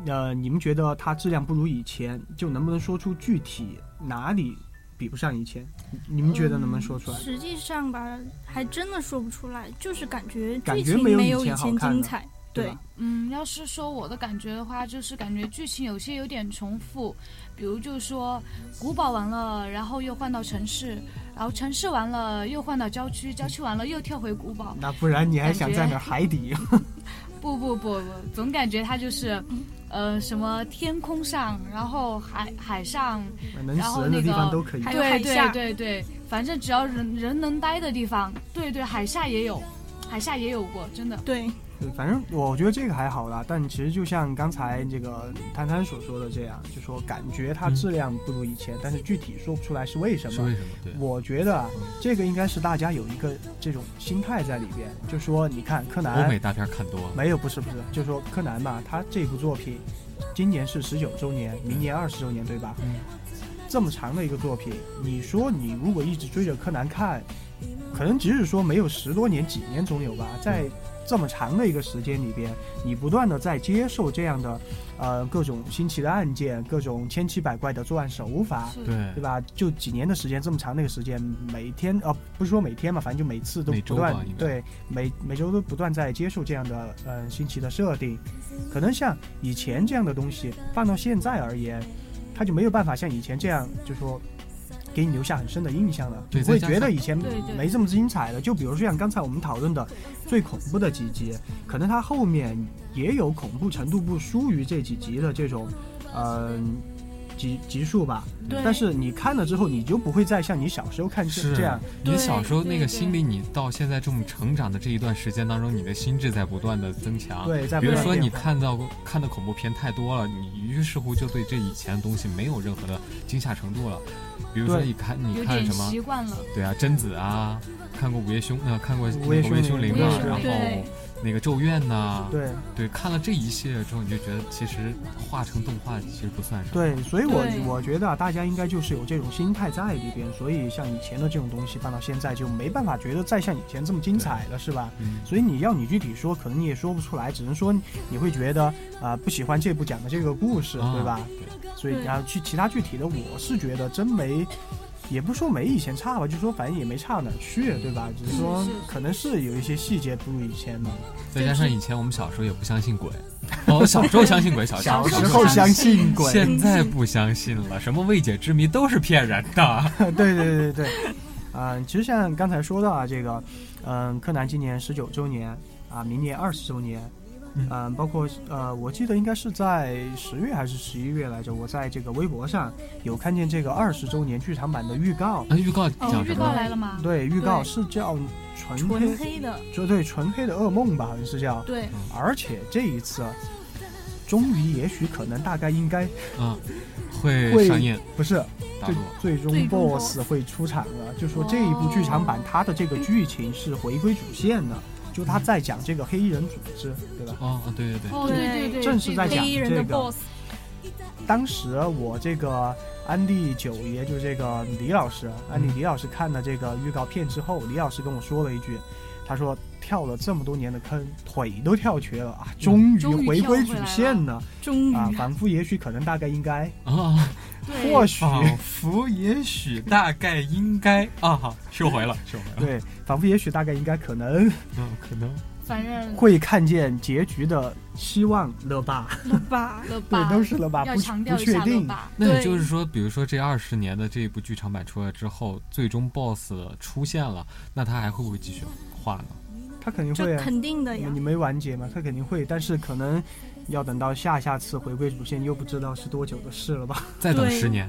S2: 呃，你们觉得它质量不如以前，就能不能说出具体哪里比不上以前，你们觉得能不能说出来？
S1: 实际上吧，还真的说不出来，就是感觉
S2: 感
S1: 剧
S2: 觉
S1: 情
S2: 没有以
S1: 有以
S2: 前好
S1: 前
S2: 看
S1: 精
S2: 了
S1: 彩。
S2: 对
S1: 对
S2: 吧，
S3: 嗯，要是说我的感觉的话，就是感觉剧情有些有点重复，比如就说古堡完了，然后又换到城市，然后城市完了又换到郊区，郊区完了又跳回古堡。
S2: 那不然你还想在哪儿海底？
S3: 不不不不，总感觉它就是，呃，什么天空上，然后海海上，
S2: 能死人的地方都可以
S1: 还。有海
S3: 对
S1: 下
S3: 对对对，反正只要人人能待的地方，对对，海下也有，海下也有过，真的。
S1: 对，
S2: 对，反正我觉得这个还好啦。但其实就像刚才这个摊摊所说的这样，就说感觉它质量不如以前，但是具体说不出来是为什
S4: 是
S2: 么
S4: 为。什么？对，
S2: 我觉得啊，这个应该是大家有一个这种心态在里边，就说你看柯南
S4: 欧美大片看多了，
S2: 没有，不是不是，就说柯南嘛，他这部作品，今年是十九周年，明年二十周年，对吧？
S4: 嗯
S2: 这么长的一个作品，你说你如果一直追着柯南看，可能即使说没有十多年，几年总有吧，在这么长的一个时间里边，你不断的在接受这样的，呃，各种新奇的案件，各种千奇百怪的作案手法，
S3: 是
S4: 啊对
S2: 对吧？就几年的时间，这么长的一个时间，每天呃，不是说每天嘛，反正就每次都
S4: 每
S2: 不
S4: 周
S2: 断
S4: 吧应该
S2: 对每每周都不断在接受这样的呃新奇的设定。可能像以前这样的东西放到现在而言，它就没有办法像以前这样，就说给你留下很深的印象了。
S4: 对
S2: 你会
S4: 再加
S2: 觉得
S4: 上
S2: 以前
S3: 对对
S2: 没这么精彩了。就比如说像刚才我们讨论的最恐怖的几集，可能它后面也有恐怖程度不输于这几集的这种，呃。集集数吧，
S1: 对
S2: 但是你看了之后，你就不会再像你小时候看这
S4: 是
S2: 这样，
S4: 你小时候
S3: 对
S4: 那个
S3: 对
S4: 心理，你到现在这么成长的这一段时间当中，你的心智在不断的增强。
S2: 对，在
S4: 啊比
S2: 不
S4: 如
S2: 断
S4: 说
S2: 地
S4: 你
S2: 变化
S4: 看到过看的恐怖片太多了，你于是乎就对这以前的东西没有任何的惊吓程度了。比如说
S2: 对
S4: 你看你
S3: 有
S4: 看
S3: 点
S4: 什么
S3: 习惯了。
S4: 对啊，贞子啊，看过《午夜凶》呃，看过那个
S2: 午夜
S4: 《午夜
S2: 凶
S4: 凶
S2: 铃
S4: 铃》
S3: 午夜
S4: 啊，
S3: 凶
S4: 然
S3: 铃
S4: 后
S3: 对
S4: 那个《咒怨》呐，
S2: 对
S4: 对，看了这一系列之后，你就觉得其实画成动画其实不算什么。
S2: 对，所以我
S3: 对
S2: 我觉得啊，大家应该就是有这种心态在里边，所以像以前的这种东西放到现在就没办法觉得再像以前这么精彩了，是吧？
S4: 嗯，
S2: 所以你要你具体说，可能你也说不出来，只能说你会觉得啊、不喜欢这部讲的这个故事，
S4: 啊
S2: 对吧？？所以
S1: 对
S2: 然后去其他具体的，我是觉得真没，也不说没以前差吧，就说反正也没差哪儿去，对吧？只是说
S3: 嗯是
S2: 可能是有一些细节不如以前嘛。
S4: 再加上以前我们小时候也不相信 鬼，哦，我小时候相信鬼，小
S3: 小
S4: 时
S3: 时
S4: 候
S3: 候相
S2: 信
S4: 现在不相信了，什么未解之谜都是骗人的。
S2: 对对对对对， 嗯、其实像刚才说到啊，这个，嗯、柯南今年十九周年啊，明年二十周年，嗯、
S4: 嗯
S2: 包括呃，我记得应该是在十月还是十一月来着，我在这个微博上有看见这个二十周年剧场版的预告，
S4: 那预告
S3: 哦
S4: 讲，
S3: 预
S4: 什
S3: 告
S4: 么？
S3: 来了吗？
S2: 对，预告
S1: 对
S2: 是叫纯
S1: 纯
S2: 黑，
S1: 黑的，
S2: 就对纯黑的噩梦吧，好像是叫，
S1: 对，
S2: 而且这一次。终于，也许，可能，大概，应该
S4: 嗯，会
S2: 会
S4: 上映
S2: 不是，
S4: 大
S2: 最
S4: 陆。啊
S2: 最终
S1: 最终
S2: BOSS 会出场了，就说这一部剧场版它的这个剧情是回归主线的，就它在讲这个黑衣人组织，对吧？
S4: 哦，哦对对对，
S3: 哦，
S1: 对
S3: 对对对，
S2: 正是在
S3: 这个
S2: 讲
S1: 黑衣人的
S2: 这个
S1: boss，
S2: 当时我这个安利九爷，就是这个李老师，安利李老师看了这个预告片之后，李老师跟我说了一句，他说跳了这么多年的坑，腿都跳瘸了啊，终于
S3: 终于
S2: 回归
S3: 跳
S2: 主
S3: 回来
S2: 线了
S1: 终于
S2: 啊！仿佛也许可能大概应该，
S4: 啊，
S3: 对
S2: 或许
S4: 仿佛也许大概应该啊，好收回了，收回了。
S2: 对，仿佛也许大概应该可能。
S4: 嗯，可能
S3: 反正
S2: 会看见结局的希望乐吧，
S1: 了吧？
S3: 乐
S2: 对
S3: 吧，，
S2: 都是乐吧，
S3: 嗯要
S2: 不
S3: 强调
S2: 不
S3: 一
S2: 确
S3: 下乐
S2: 定，
S3: 吧。
S4: 那也
S1: 对
S4: 就是说，比如说这二十年的这一部剧场版出来之后，最终 BOSS 出现了，那他还会不会继续画呢？
S2: 他肯定会
S1: 这
S2: 啊，
S1: 肯定的呀
S2: 你，没完结嘛，他肯定会，但是可能要等到下下次回归主线，又不知道是多久的事了吧，
S4: 再等
S1: 对
S4: 十年，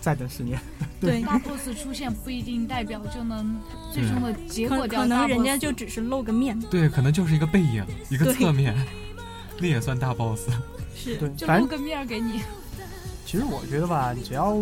S2: 再等十年，
S1: 对，
S3: 大 boss 出现不一定代表就能最终的结
S1: 可
S3: 果掉
S1: 可
S3: 大 boss。
S1: 能人家就只是露个面，
S4: 对，可能就是一个背影，一个
S1: 对
S4: 侧面， 那也算大 BOSS。
S1: 是
S2: 对，
S3: 就
S2: 反
S3: 露
S2: 正
S3: 个面儿给你。
S2: 其实我觉得吧，只要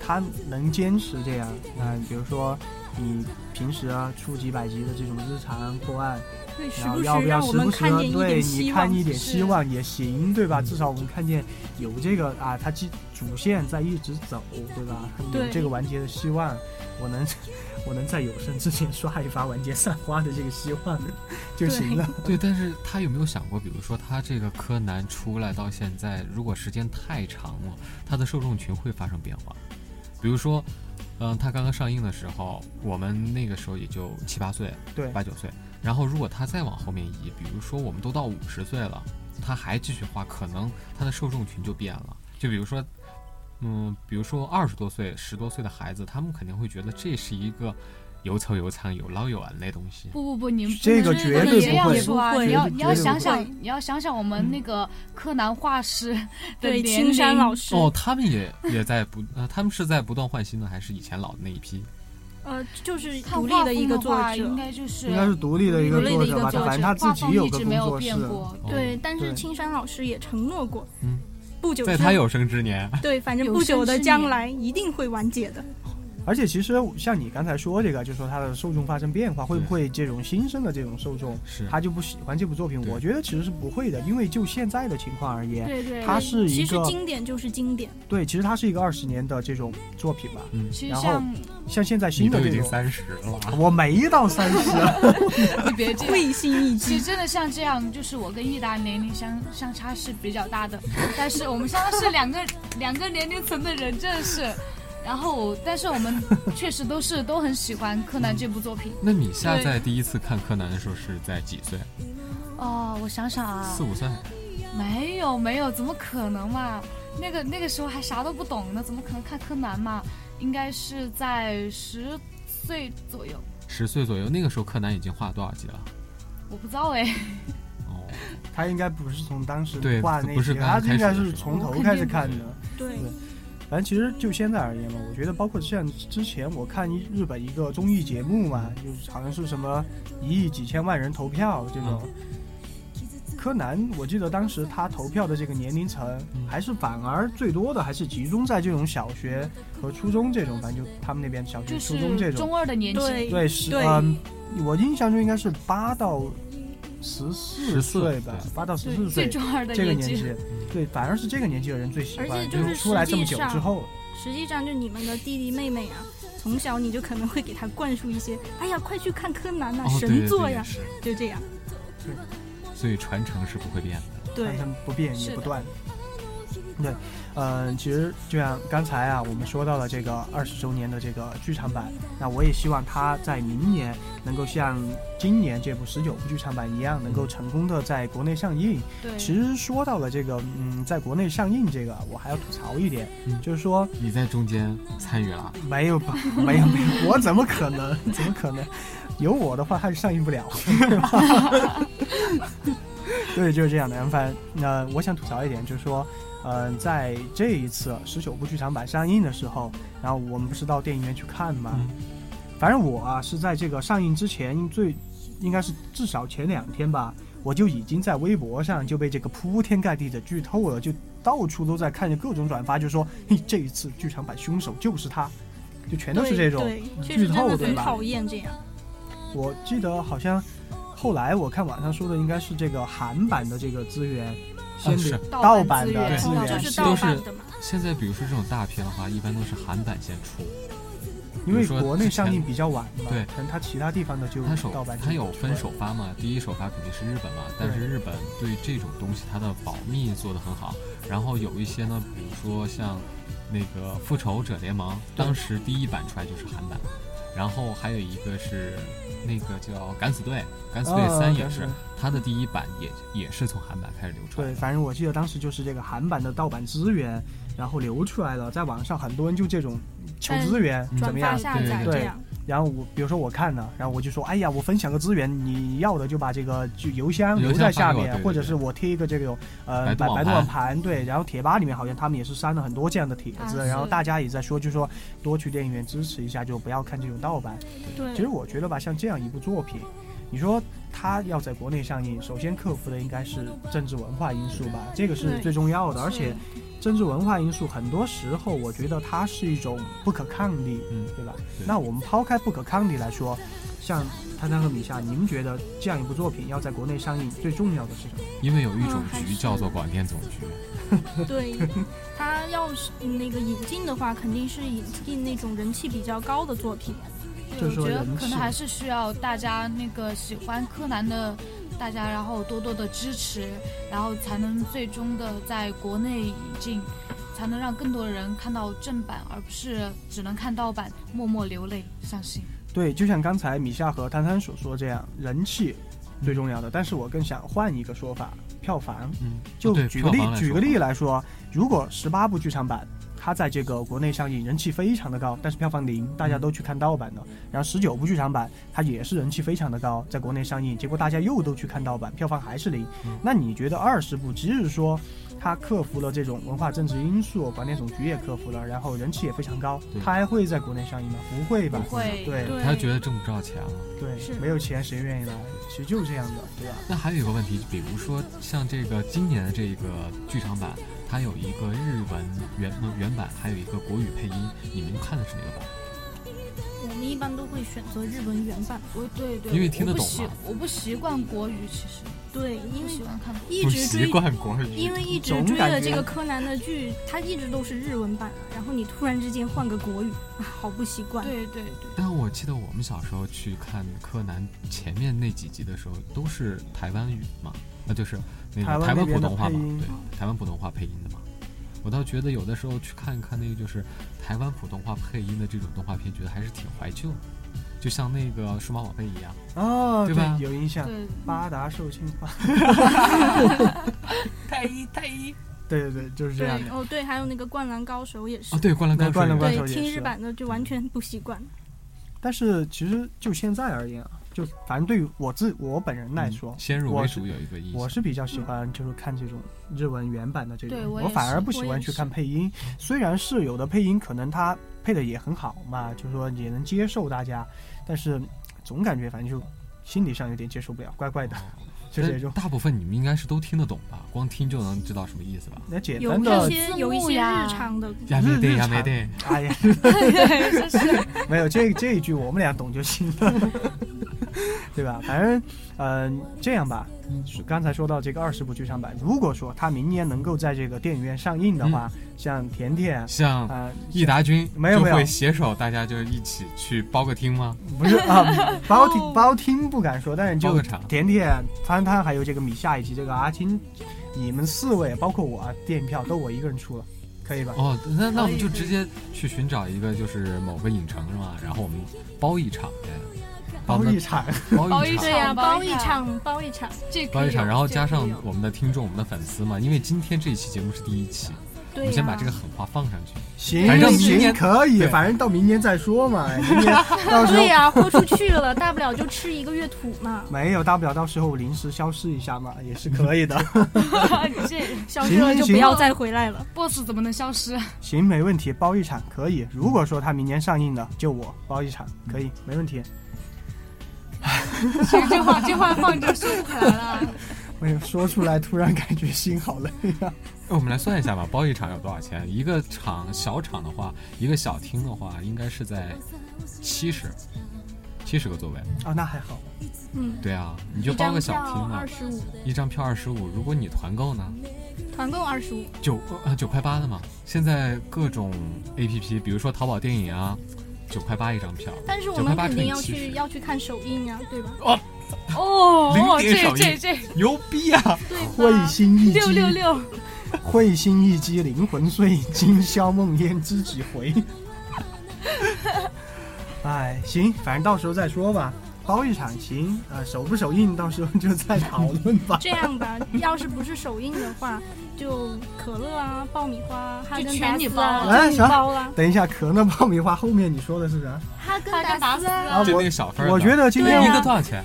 S2: 他能坚持这样，那比如说你平时啊出几百集的这种日常破案，
S1: 对，时
S2: 然后
S1: 不时
S2: 啊要不要
S1: 让我
S2: 时
S1: 们
S2: 不时
S1: 看
S2: 的
S1: 见一
S2: 对
S1: 点
S2: 你
S1: 希
S2: 看
S1: 望，
S2: 一点希
S3: 是
S2: 望也行，对吧？
S4: 嗯
S2: 至少我们看见有这个啊，它基主线在一直走，对吧？有
S1: 对
S2: 这个完结的希望，我能 我能在有生之年刷一发完结散花的这个希望就行了。
S4: 对，但是他有没有想过，比如说他这个柯南出来到现在，如果时间太长了，他的受众群会发生变化？比如说，嗯，它刚刚上映的时候，我们那个时候也就七八岁，
S2: 对
S4: 八九岁。然后如果它再往后面移，比如说我们都到五十岁了，它还继续画，可能它的受众群就变了。就比如说，嗯，比如说二十多岁、十多岁的孩子，他们肯定会觉得这是一个有丑有惨、有老有暗的东西。
S3: 不不不，你们不
S2: 这个
S3: 能
S2: 绝
S3: 不能
S2: 对
S3: 这
S2: 不
S3: 样
S2: 会
S3: 说啊！
S1: 绝对
S3: 你要
S2: 不
S3: 你
S2: 会
S3: 要想想
S1: 嗯，
S3: 你要想想我们那个柯南画师的
S1: 对，
S3: 年
S1: 青山
S3: 龄
S1: 老师，
S4: 哦，他们也也在不呃，他们是在不断换新的，还是以前老的那一批？
S1: 呃，就是
S3: 他
S1: 独立的一个作
S3: 画风的话
S1: 者
S3: 应。该就是嗯
S2: 应该是独立的一个
S1: 独立的
S2: 作
S1: 一
S2: 者
S1: 个
S2: 吧，
S1: 作者
S2: 反正他自
S3: 画
S2: 己
S3: 风
S2: 有
S3: 一
S2: 个
S3: 直
S2: 工
S3: 没有
S2: 作室
S3: 变。过。
S4: 哦
S1: 对，，但是
S2: 对
S1: 青山老师也承诺过，
S4: 嗯
S1: 不久
S4: 在
S1: 之
S4: 他有生之年，
S1: 对，反正
S3: 有
S1: 不久
S3: 生
S1: 的
S3: 之
S1: 将
S3: 年
S1: 来一定会完结的。
S2: 而且其实像你刚才说这个，就说他的受众发生变化，会不会这种新生的这种受众，
S4: 是
S2: 他就不喜欢这部作品？
S4: 对
S2: 我觉得其实是不会的，因为就现在的情况而言，
S1: 对对，
S2: 它是一
S1: 其实
S2: 个
S1: 经典就是经典，
S2: 对，其实它是一个二十年的这种作品吧。
S3: 其实
S2: 然后
S3: 像
S2: 像现在
S4: 嗯你
S2: 新
S4: 都
S2: 的
S4: 已
S2: 这
S4: 经
S2: 种，
S4: 三十了。
S2: 我没到三十，
S3: 你别这样。
S1: 会心一
S3: 其
S1: 击。
S3: 实真的像这样，就是我跟益达年龄相相差是比较大的，但是我们相当是两个两个年龄层的人，真的是。然后，但是我们确实都是都很喜欢柯南这部作品。
S4: 那你下载第一次看柯南的时候是在几岁？
S3: 哦，我想想啊
S4: 四，五岁？
S3: 没有没有，怎么可能嘛？那个那个时候还啥都不懂呢，怎么可能看柯南嘛？应该是在十岁左右，
S4: 十岁左右，那个时候柯南已经画多少集了？
S3: 我不知道哎。
S4: 哦，
S2: 他应该不是从当时
S4: 对
S2: 画那
S4: 不是
S2: 些，
S4: 刚
S2: 他应该
S4: 开始
S2: 是
S4: 的时候
S2: 从头开始看
S4: 肯定
S2: 的
S4: 不。
S1: 对，
S2: 反正其实就现在而言嘛，我觉得包括像之前我看一日本一个综艺节目嘛，就是好像是什么一亿几千万人投票这种。柯南，我记得当时他投票的这个年龄层，
S4: 嗯
S2: 还是反而最多的还是集中在这种小学和初中这种，反正就他们那边小学、
S3: 就
S2: 初中这
S3: 是
S2: 种。
S3: 中二的年纪，
S1: 对
S2: 对，十
S1: 对
S2: 嗯，我印象中应该是八到十四嗯
S4: 14
S2: 岁吧，
S4: 对
S2: 八到十
S3: 最
S2: 四
S3: 最
S2: 岁
S3: 中二的
S2: 这个
S3: 年
S2: 年纪
S3: 纪。，
S2: 对，反而是这个年纪的人最喜
S1: 而
S2: 欢，
S1: 且就是
S2: 是出来这么久
S1: 实际
S2: 之
S1: 上
S2: 后，
S1: 实际上就你们的弟弟妹妹啊，从小你就可能会给他灌输一些，哎呀，快去看柯南呐、啊
S4: 哦，对对
S1: 神作
S4: 对，
S1: 呀，
S4: 是。
S1: 就这样。
S4: 所以传承是不会变的。
S1: 对
S2: 但他，们不变
S3: 是
S2: 也
S3: 的
S2: 不断。对，嗯，其实就像刚才啊，我们说到了这个二十周年的这个剧场版，那我也希望它在明年能够像今年这部十九部剧场版一样，能够成功的在国内上映。
S3: 对，
S2: 其实说到了这个，嗯，在国内上映这个，我还要吐槽一点，
S4: 嗯
S2: 就是说
S4: 你在中间参与了，
S2: 没有吧，没有没有，我怎么可能？ 怎么可能？有我的话，它是上映不了。 对，就是这样的。杨帆，那我想吐槽一点，就是说，嗯、在这一次十九部剧场版上映的时候，然后我们不是到电影院去看吗？
S4: 嗯
S2: 反正我啊是在这个上映之前最，应该是至少前两天吧，我就已经在微博上就被这个铺天盖地的剧透了，就到处都在看着各种转发，就说嘿，这一次剧场版凶手就是他，就全都是这种。
S1: 对，对确
S2: 剧
S1: 实
S2: 透
S1: 真的
S2: 对
S1: 很
S2: 吧
S1: 讨厌这样。
S2: 我记得好像后来我看网上说的应该是这个韩版的这个资源，先
S4: 啊是
S2: 给盗
S3: 盗
S2: 版
S3: 版
S2: 的
S3: 资源
S2: 资
S3: 对
S1: 就
S2: 源，
S1: 是
S4: 是
S1: 盗
S4: 都是
S1: 版的嘛，
S4: 现在比如说这种大片的话，一般都是韩版先出，
S2: 因为
S4: 比如说
S2: 国内上映比较晚嘛，
S4: 对
S2: 可能它其他地方的就
S4: 它首
S2: 盗版就
S4: 它有
S2: 出来
S4: 分
S2: 了
S4: 首发嘛，第一首发肯定是日本嘛，但是日本对这种东西它的保密做得很好，然后有一些呢，比如说像那个《复仇者联盟》，
S2: 对
S4: 当时第一版出来就是韩版，然后还有一个是那个叫《敢死队》，《敢死队
S2: 啊
S4: 三》
S2: 敢
S4: 也
S2: 死
S4: 是
S2: 队，
S4: 它的第一版也也是从韩版开始流传
S2: 对，，反正我记得当时就是这个韩版的盗版资源，然后流出来了，在网上很多人就这种求资源怎
S4: 嗯
S1: 转
S2: 么
S1: 发
S2: 样？
S1: 下
S4: 对
S1: 载
S2: 对
S1: 这样。
S2: 然后我比如说我看了，然后我就说，哎呀，我分享个资源，你要的就把这个就邮箱
S4: 邮
S2: 留
S4: 箱
S2: 在
S4: 发
S2: 下
S4: 给我
S2: 面，
S4: 对
S2: 或者
S4: 对对
S2: 是我贴一个这种呃
S4: 百度
S2: 百
S4: 网
S2: 百度
S4: 盘
S2: 网盘对，然后贴吧里面好像他们也是删了很多这样的帖子，
S3: 啊
S2: 然后
S3: 是
S2: 大家也在说，就说多去电影院支持一下，就不要看这种盗版。
S3: 嗯
S1: 对，
S2: 其实我觉得吧，像这样一部作品，你说它要在国内上映，首先克服的应该是政治文化因素吧，这个是
S1: 对
S2: 最重要的。而
S3: 是
S2: 且，政治文化因素很多时候，我觉得它是一种不可抗力，
S4: 嗯
S2: 对吧？
S4: 对
S2: 那我们抛开不可抗力来说，像摊摊和米夏，你们觉得这样一部作品要在国内上映，最重要的是什么？
S4: 因为有一种
S1: 嗯还
S4: 局
S1: 是
S4: 叫做广电总局，
S1: 对， 他要是那个引进的话，肯定是引进那种人气比较高的作品。
S2: 就
S3: 对，
S2: 是说
S3: 我觉得
S2: 人
S3: 可
S2: 气
S3: 能还是需要大家那个喜欢柯南的大家，然后多多的支持，然后才能最终的在国内引进，才能让更多人看到正版，而不是只能看盗版，默默流泪。相信
S2: 对，就像刚才米夏和摊摊所说这样，人气最重要的。但是我更想换一个说法，票房。
S4: 嗯，
S2: 就
S4: 哦对
S2: 举个
S4: 票
S2: 例
S4: 房，来
S2: 举
S4: 说
S2: 个例来说，如果十八部剧场版，它在这个国内上映人气非常的高，但是票房零，大家
S4: 嗯
S2: 都去看盗版的。然后十九部剧场版，它也是人气非常的高，在国内上映，结果大家又都去看盗版，票房还是零。
S4: 嗯
S2: 那你觉得二十部，即使说它克服了这种文化政治因素，广电总局也克服了，然后人气也非常高，
S4: 对
S2: 它还会在国内上映吗？不会吧
S3: 不？会
S2: 对
S1: 对
S4: 嗯他就觉得挣不着钱了。
S1: 是
S2: 对，没有钱谁愿意来？其实就是这样的，对吧？
S4: 那还有一个问题，比如说像这个今年的这个剧场版，它有一个日文原原版，还有一个国语配音，你们看的是哪个版？
S1: 我们一般都会选择日文原版，
S3: 我对对，
S4: 因为听得懂
S3: 我不习
S4: 嘛，
S3: 我不习惯国语，其实
S1: 对，因
S3: 不喜
S1: 为
S3: 欢看国语。
S1: 一
S4: 不
S1: 直
S4: 习
S1: 追，
S4: 惯国语，
S1: 因为一直
S2: 总
S1: 追
S2: 感
S1: 了
S2: 觉
S1: 这个柯南的剧，它一直都是日文版，然后你突然之间换个国语，啊，好不习惯。
S3: 对对对，
S4: 但我记得我们小时候去看柯南前面那几集的时候，都是台湾语嘛，那就是那
S2: 台湾
S4: 个台
S2: 那
S4: 湾普
S2: 边的
S4: 通话
S2: 配
S4: 嘛
S2: 音，
S4: 对，台湾普通话配音的嘛。我倒觉得有的时候去看一看那个就是台湾普通话配音的这种动画片，觉得还是挺怀旧的，就像那个数码宝贝一样。
S2: 哦，
S4: 对
S2: 对
S4: 吧
S2: 有印象。
S3: 对
S2: 八达寿庆花，
S4: 太医太医
S2: 对对对，就是这
S1: 对
S2: 样的。哦
S1: 哦对，还有那个《灌篮高手》也是
S4: 啊，，对，灌篮高
S2: 对
S4: 手
S2: 灌篮
S4: 也
S2: 高
S4: 是
S2: 手
S1: 对，
S2: 也
S1: 听
S2: 是嗯
S1: 日版的就完全不习惯。
S2: 但是其实就现在而言啊，就反正对于我自我本人来
S4: 嗯
S2: 说，
S4: 先入
S2: 我
S4: 为
S2: 是
S4: 主有一个印
S2: 我
S4: 象，
S2: 是比较喜欢就是看这种日文原版的这种
S3: 对，我
S2: 我
S3: 也
S2: 反
S3: 是
S2: 而不喜
S1: 我也
S2: 欢去
S1: 是
S2: 看配音。虽然是有的配音可能它配的也很好嘛，就是说也能接受大家，但是总感觉反正就心理上有点接受不了，怪怪的，就 这
S4: 哦但
S2: 种。
S4: 大部分你们应该是都听得懂吧？光听就能知道什么意思吧？
S2: 那简
S1: 有
S2: 单
S1: 一
S2: 的，
S1: 些
S3: 字
S1: 有一
S3: 幕
S1: 些
S3: 呀
S1: 日常的，
S4: 亚美
S2: 日
S4: 得亚
S2: 常
S4: 美得，
S2: 哎呀，
S3: 对，就是
S2: 没有这这一句我们俩懂就行了， 对吧？反正，嗯、这样吧，刚才说到这个二十部剧场版，如果说它明年能够在这个电影院上映的话，
S4: 嗯
S2: 像甜甜啊、
S4: 像
S2: 呃
S4: 益达君
S2: 没有
S4: 就
S2: 没有
S4: 会携手大家就一起去包个厅吗？
S2: 不是 啊，包听包听不敢说，但是
S4: 包
S2: 就
S4: 个场
S2: 甜甜、摊摊还有这个米夏以及这个阿青，你们四位包括我，电影票都我一个人出了，可以吧？
S4: 哦，那那我们
S3: 可以
S4: 就
S3: 可以
S4: 直接去寻找一个就是某个影城是吧？然后我们包一场呗，
S2: 包
S4: 个
S2: 一场，
S4: 包
S3: 包
S4: 一
S3: 一
S1: 对
S4: 场。
S1: 呀、包
S3: 包
S1: 一
S3: 一
S1: 场包一场，
S3: 这可
S4: 包一
S3: 以
S4: 场，
S3: 有
S4: 啊然后
S3: 这
S4: 加
S3: 可以啊
S4: 上
S3: 有
S4: 我们的听众、我们的粉丝嘛，因为今天这一期节目是第一期，我
S1: 对呀、
S4: 们先把这个狠话放上去。
S2: 行
S4: 反正明
S2: 行
S4: 年
S2: 可以，
S4: 对
S2: 反正到明年再说嘛，明 年到时候
S1: 对呀、豁出去了，大不了就吃一个月土 嘛。
S2: 没有，大不了到时候临时消失一下嘛，也是可以的。
S3: 你 这
S1: 消失了
S2: 行
S1: 就
S2: 行
S1: 不要再回来了。
S3: boss 怎么能消失？
S2: 行，没问题，包一场可以。如果说他明年上映的，就我包一场，可以，没问题。
S3: 这这话这话放着说不回来了。
S2: 没有说出来，突然感觉心好累啊。
S4: 那我们来算一下吧，包一场要多少钱？一个场小场的话，一个小厅的话，应该是在七十，七十个座位。
S2: 哦，那还好，
S1: 嗯，
S4: 对啊，你就
S1: 一
S4: 包
S1: 张
S4: 个小
S1: 票
S4: 厅嘛
S1: 二，十五，
S4: 一张票二十五。如果你团购呢，
S1: 团购二十五，
S4: 九呃九块八的嘛。现在各种 A P P，比如说淘宝电影啊，九块八一张票。
S1: 但是我
S4: 九
S1: 们
S4: 块八
S1: 肯定
S4: 乘以
S1: 要
S4: 七
S1: 去
S4: 十，
S1: 要去看首映啊，对吧？
S3: 哦
S4: 零
S3: 哦，
S4: 点手
S3: 这
S4: 艺
S3: 这这
S4: 牛逼啊！
S2: 会
S3: 对吧？
S2: 心一击，
S3: 六六六，
S2: 会心一击，灵魂碎，今宵梦魇知几 回。哎，行，反正到时候再说吧。包一场行，呃，首不首映，到时候就再讨论吧。
S1: 这样吧，要是不是首映的话，就可乐啊、爆米花啊、哈根达
S3: 全你
S1: 斯
S3: 包
S1: 啊、
S3: 啊
S1: 就你包啦、
S2: 等一下，可乐爆米花后面你说的是啥？
S1: 哈根
S3: 哈根达
S1: 斯
S3: 斯
S1: 啊，
S2: 啊
S4: 就
S2: 我
S4: 那个小份儿的，
S2: 我觉得今
S1: 对
S2: 天
S1: 啊
S4: 一个多少钱？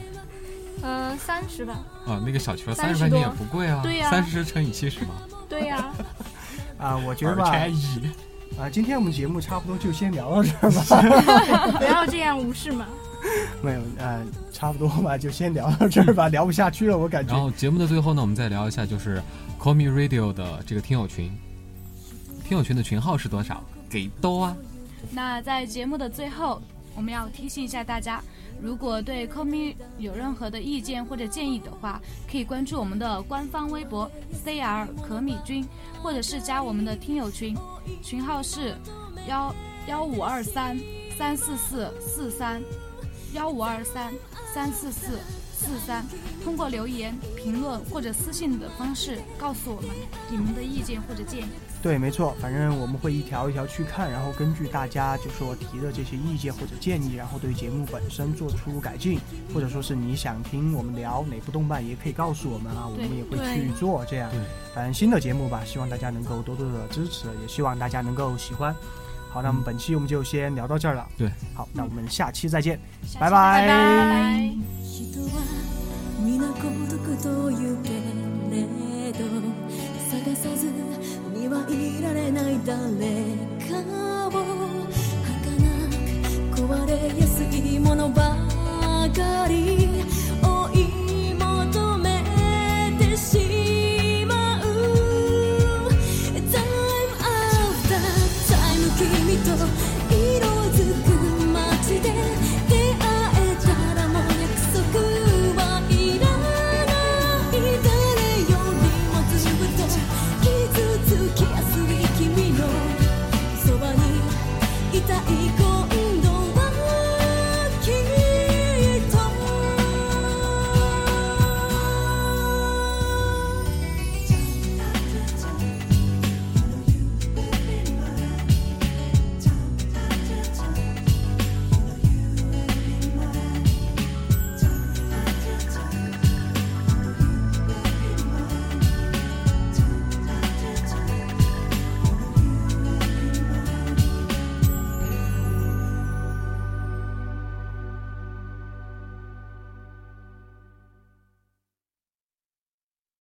S1: 呃，三十吧，
S4: 啊，那个小球
S1: 30
S4: 三十块钱也
S1: 多
S4: 不贵啊，
S1: 对呀
S4: 三十乘以七十嘛，
S1: 对呀、
S2: 啊、我觉得
S4: 二
S2: 吧，啊
S4: 拆、一。
S2: 今天我们节目差不多就先聊到这儿吧。
S1: 不要这样无视嘛。
S2: 没有，呃，差不多吧，就先聊到这儿吧，聊不下去了，我感
S4: 然
S2: 觉。
S4: 后节目的最后呢，我们再聊一下就是 Call Me Radio 的这个听友群，听友群的群号是多少？给兜啊！
S3: 那在节目的最后，我们要提醒一下大家，如果对 Call Me 有任何的意见或者建议的话，可以关注我们的官方微博 CR 可米君，或者是加我们的听友群，群号是幺幺五二三三四四四三幺五二三三四四。四三，通过留言、评论或者私信的方式告诉我们你们的意见或者建议。
S2: 对，没错，反正我们会一条一条去看，然后根据大家就说提的这些意见或者建议，然后对节目本身做出改进，或者说是你想听我们聊哪部动漫，也可以告诉我们啊，我
S3: 对
S2: 们也会
S1: 对
S2: 去做这样
S4: 对。
S2: 反正新的节目吧，希望大家能够多多的支持，也希望大家能够喜欢。好，那么本期我们就先聊到这儿了。
S4: 嗯对，
S2: 好，那我们下期再见，
S3: 下期
S2: 拜
S3: 拜
S2: 拜
S5: 人は皆孤独というけれど探さずにはいられない誰かを儚く壊れやすいものば